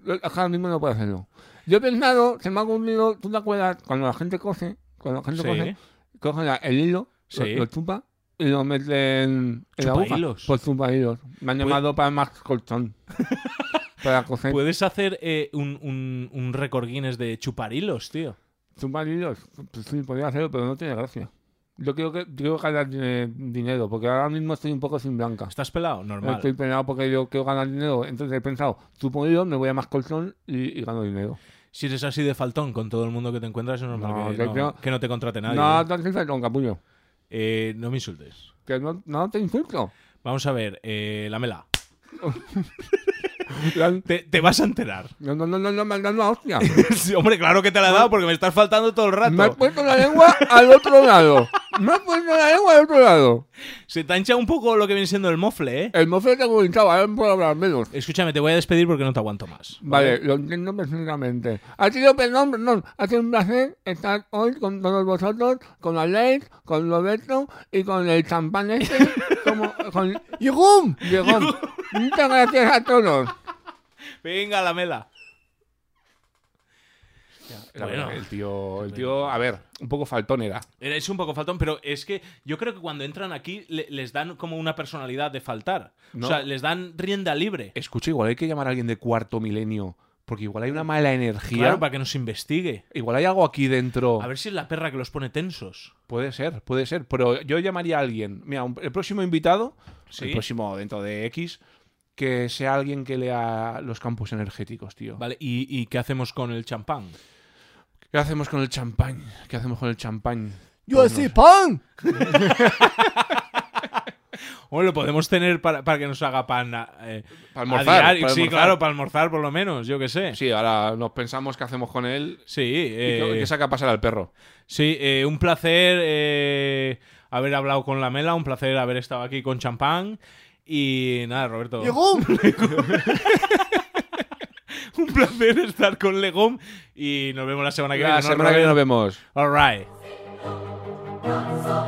Speaker 1: Yo Ahora mismo no puedo hacerlo. Yo he pensado, se me ha ocurrido, ¿tú te acuerdas? Cuando la gente coge, cuando la gente
Speaker 2: Sí.
Speaker 1: coge, coge la- el hilo, lo-
Speaker 2: Sí.
Speaker 1: lo, chupa y lo mete en, en la aguja.
Speaker 2: Chupahilos.
Speaker 1: Pues chupahilos. Me han llamado para más colchón. para coger
Speaker 2: Puedes hacer eh, un, un, un récord Guinness de chuparilos, tío.
Speaker 1: chupahilos. Pues sí, podría hacerlo, pero no tiene gracia. Yo creo que, quiero ganar eh, dinero, porque ahora mismo estoy un poco sin blanca.
Speaker 2: ¿Estás pelado? Normal.
Speaker 1: Estoy penado porque yo quiero ganar dinero. Entonces he pensado, supongo yo, me voy a más colchón y, y gano dinero.
Speaker 2: Si eres así de faltón con todo el mundo que te encuentras, es normal
Speaker 1: No,
Speaker 2: que,
Speaker 1: yo
Speaker 2: no,
Speaker 1: creo-
Speaker 2: que no te contrate nadie.
Speaker 1: No,
Speaker 2: ¿eh?
Speaker 1: no te insulto, capullo.
Speaker 2: Eh, no me insultes.
Speaker 1: Que no, no te insulto.
Speaker 2: Vamos a ver, eh, la mela.
Speaker 1: La-
Speaker 2: Te, te vas a enterar.
Speaker 1: No, no, no, no, no, me han dado una hostia.
Speaker 2: Sí, hombre, claro que te la he dado porque me estás faltando todo el
Speaker 1: Me has
Speaker 2: rato.
Speaker 1: puesto la lengua al otro lado. Me has puesto la lengua al otro lado.
Speaker 2: Se te ha hinchado un poco lo que viene siendo el mofle, ¿eh?
Speaker 1: El mofle te agonizaba, ahora puedo hablar menos.
Speaker 2: Escúchame, te voy a despedir porque no te aguanto más.
Speaker 1: Vale, lo entiendo perfectamente. Ha sido, perdón, perdón, ha sido un placer estar hoy con todos vosotros, con Alex, con Roberto y con el champán este, como, con Oh
Speaker 4: Jérôme,
Speaker 1: Llegó. Muchas gracias a todos.
Speaker 2: Venga, la mela.
Speaker 1: La
Speaker 2: Bueno.
Speaker 1: verdad que el tío, el tío, a ver, un poco faltón era.
Speaker 2: Era- Es un poco faltón, pero es que yo creo que cuando entran aquí le- les dan como una personalidad de faltar.
Speaker 1: No.
Speaker 2: O sea, les dan rienda libre.
Speaker 1: Escucha, igual hay que llamar a alguien de cuarto milenio, porque igual hay una mala energía.
Speaker 2: Claro, para que Oh. nos investigue.
Speaker 1: Igual hay algo aquí dentro.
Speaker 2: A ver si es la perra que los pone tensos.
Speaker 1: Puede ser, puede ser. Pero yo llamaría a alguien. Mira, un- el próximo invitado,
Speaker 2: Sí.
Speaker 1: el próximo dentro de X, que sea alguien que lea los campos energéticos, tío.
Speaker 2: Vale, ¿y, y qué hacemos con el champán?
Speaker 1: ¿Qué hacemos con el champán? ¿Qué hacemos con el champán?
Speaker 4: Yo así, pan.
Speaker 2: Bueno, lo podemos tener para, para que nos haga pan. a- eh,
Speaker 1: Para
Speaker 2: a
Speaker 1: almorzar,
Speaker 2: diario.
Speaker 1: para
Speaker 2: sí,
Speaker 1: almorzar.
Speaker 2: claro, para almorzar por lo menos, yo qué sé. Sí,
Speaker 1: Sí, ahora nos pensamos qué hacemos con él.
Speaker 2: eh,
Speaker 1: y qué- qué saca a pasar al perro?
Speaker 2: sí eh, un placer eh, haber hablado con la Mela, un placer haber estado aquí con champán. Y nada, Roberto.
Speaker 4: Llegó.
Speaker 2: Un placer estar con Legom y nos vemos la semana que viene.
Speaker 1: La
Speaker 2: ¿no,
Speaker 1: semana que viene nos
Speaker 2: Robert?
Speaker 1: vemos.
Speaker 2: All right.
Speaker 5: Once upon